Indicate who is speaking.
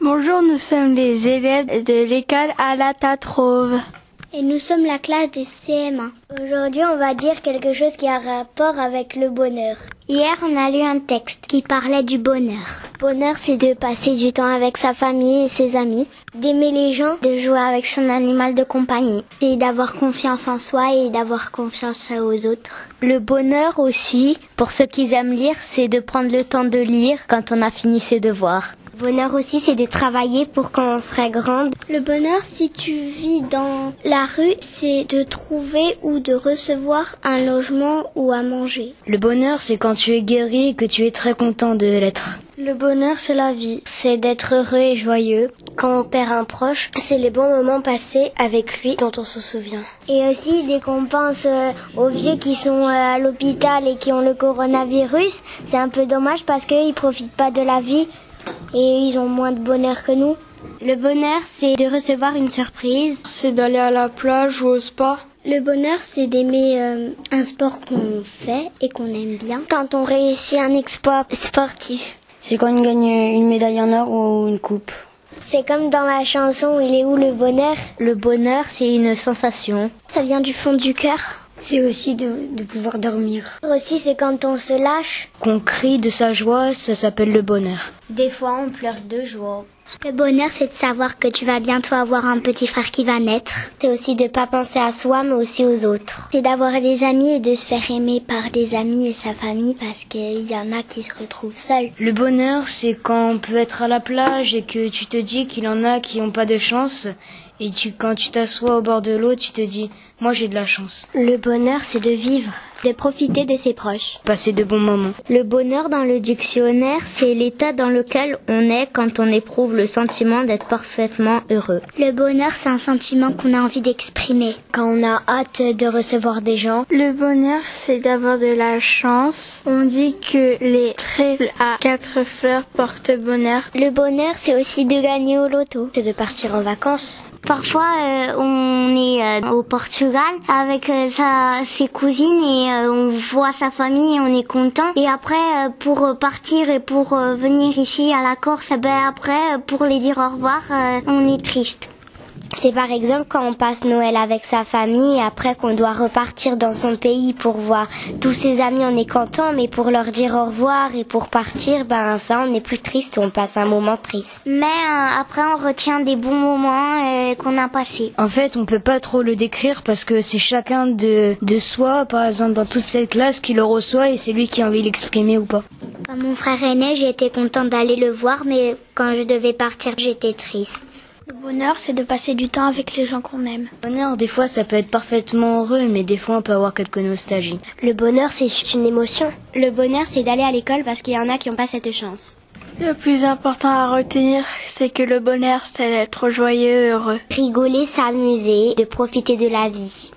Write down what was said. Speaker 1: Bonjour, nous sommes les élèves de l'école Alata Trouve.
Speaker 2: Et nous sommes la classe des CM1. Aujourd'hui, on va dire quelque chose qui a rapport avec le bonheur. Hier, on a lu un texte qui parlait du bonheur. Bonheur, c'est de passer du temps avec sa famille et ses amis, d'aimer les gens, de jouer avec son animal de compagnie. C'est d'avoir confiance en soi et d'avoir confiance aux autres. Le bonheur aussi, pour ceux qui aiment lire, c'est de prendre le temps de lire quand on a fini ses devoirs. Bonheur aussi, c'est de travailler pour quand on sera grande. Le bonheur, si tu vis dans la rue, c'est de trouver ou de recevoir un logement ou à manger.
Speaker 3: Le bonheur, c'est quand tu es guéri et que tu es très content de l'être.
Speaker 2: Le bonheur, c'est la vie. C'est d'être heureux et joyeux. Quand on perd un proche, c'est les bons moments passés avec lui dont on se souvient. Et aussi, dès qu'on pense euh, aux vieux qui sont euh, à l'hôpital et qui ont le coronavirus, c'est un peu dommage parce qu'ils profitent pas de la vie et ils ont moins de bonheur que nous. Le bonheur, c'est de recevoir une surprise.
Speaker 1: C'est d'aller à la plage ou au spa.
Speaker 2: Le bonheur, c'est d'aimer euh, un sport qu'on fait et qu'on aime bien. Quand on réussit un exploit sportif.
Speaker 3: C'est quand on gagne une médaille en or ou une coupe.
Speaker 2: C'est comme dans la chanson Il est où le bonheur Le bonheur, c'est une sensation. Ça vient du fond du cœur.
Speaker 3: C'est aussi de, de pouvoir dormir.
Speaker 2: Aussi, c'est quand on se lâche.
Speaker 3: Qu'on crie de sa joie, ça s'appelle le bonheur.
Speaker 4: Des fois, on pleure de joie.
Speaker 2: Le bonheur, c'est de savoir que tu vas bientôt avoir un petit frère qui va naître. C'est aussi de pas penser à soi, mais aussi aux autres. C'est d'avoir des amis et de se faire aimer par des amis et sa famille parce qu'il y en a qui se retrouvent seuls.
Speaker 3: Le bonheur, c'est quand on peut être à la plage et que tu te dis qu'il y en a qui n'ont pas de chance. Et tu, quand tu t'assois au bord de l'eau, tu te dis, moi j'ai de la chance.
Speaker 2: Le bonheur, c'est de vivre, de profiter de ses proches.
Speaker 3: Passer de bons moments.
Speaker 2: Le bonheur dans le dictionnaire, c'est l'état dans lequel on est quand on éprouve le sentiment d'être parfaitement heureux. Le bonheur, c'est un sentiment qu'on a envie d'exprimer. Quand on a hâte de recevoir des gens,
Speaker 1: Le bonheur, c'est d'avoir de la chance. On dit que les trèfles à quatre fleurs portent bonheur.
Speaker 2: Le bonheur, c'est aussi de gagner au loto. C'est de partir en vacances. Parfois, euh, on est euh, au Portugal avec euh, sa, ses cousines et euh, on voit sa famille et on est content. Et après, euh, pour euh, partir et pour euh, venir ici à la Corse, eh ben après, euh, pour les dire au revoir, euh, on est triste. C'est par exemple quand on passe Noël avec sa famille et après qu'on doit repartir dans son pays pour voir tous ses amis, on est content, mais pour leur dire au revoir et pour partir, ben ça, on est plus triste, on passe un moment triste. Mais euh, après, on retient des bons moments euh, qu'on a passés.
Speaker 3: En fait, on peut pas trop le décrire parce que c'est chacun de, de soi, par exemple dans toute cette classe, qui le reçoit et c'est lui qui a envie de l'exprimer ou pas.
Speaker 2: Quand mon frère aîné, j'étais contente d'aller le voir, mais quand je devais partir, j'étais triste. Le bonheur, c'est de passer du temps avec les gens qu'on aime.
Speaker 3: Le bonheur, des fois, ça peut être parfaitement heureux, mais des fois, on peut avoir quelques nostalgies.
Speaker 2: Le bonheur, c'est une émotion. Le bonheur, c'est d'aller à l'école parce qu'il y en a qui n'ont pas cette chance.
Speaker 1: Le plus important à retenir, c'est que le bonheur, c'est d'être joyeux, heureux.
Speaker 2: Rigoler, s'amuser, de profiter de la vie.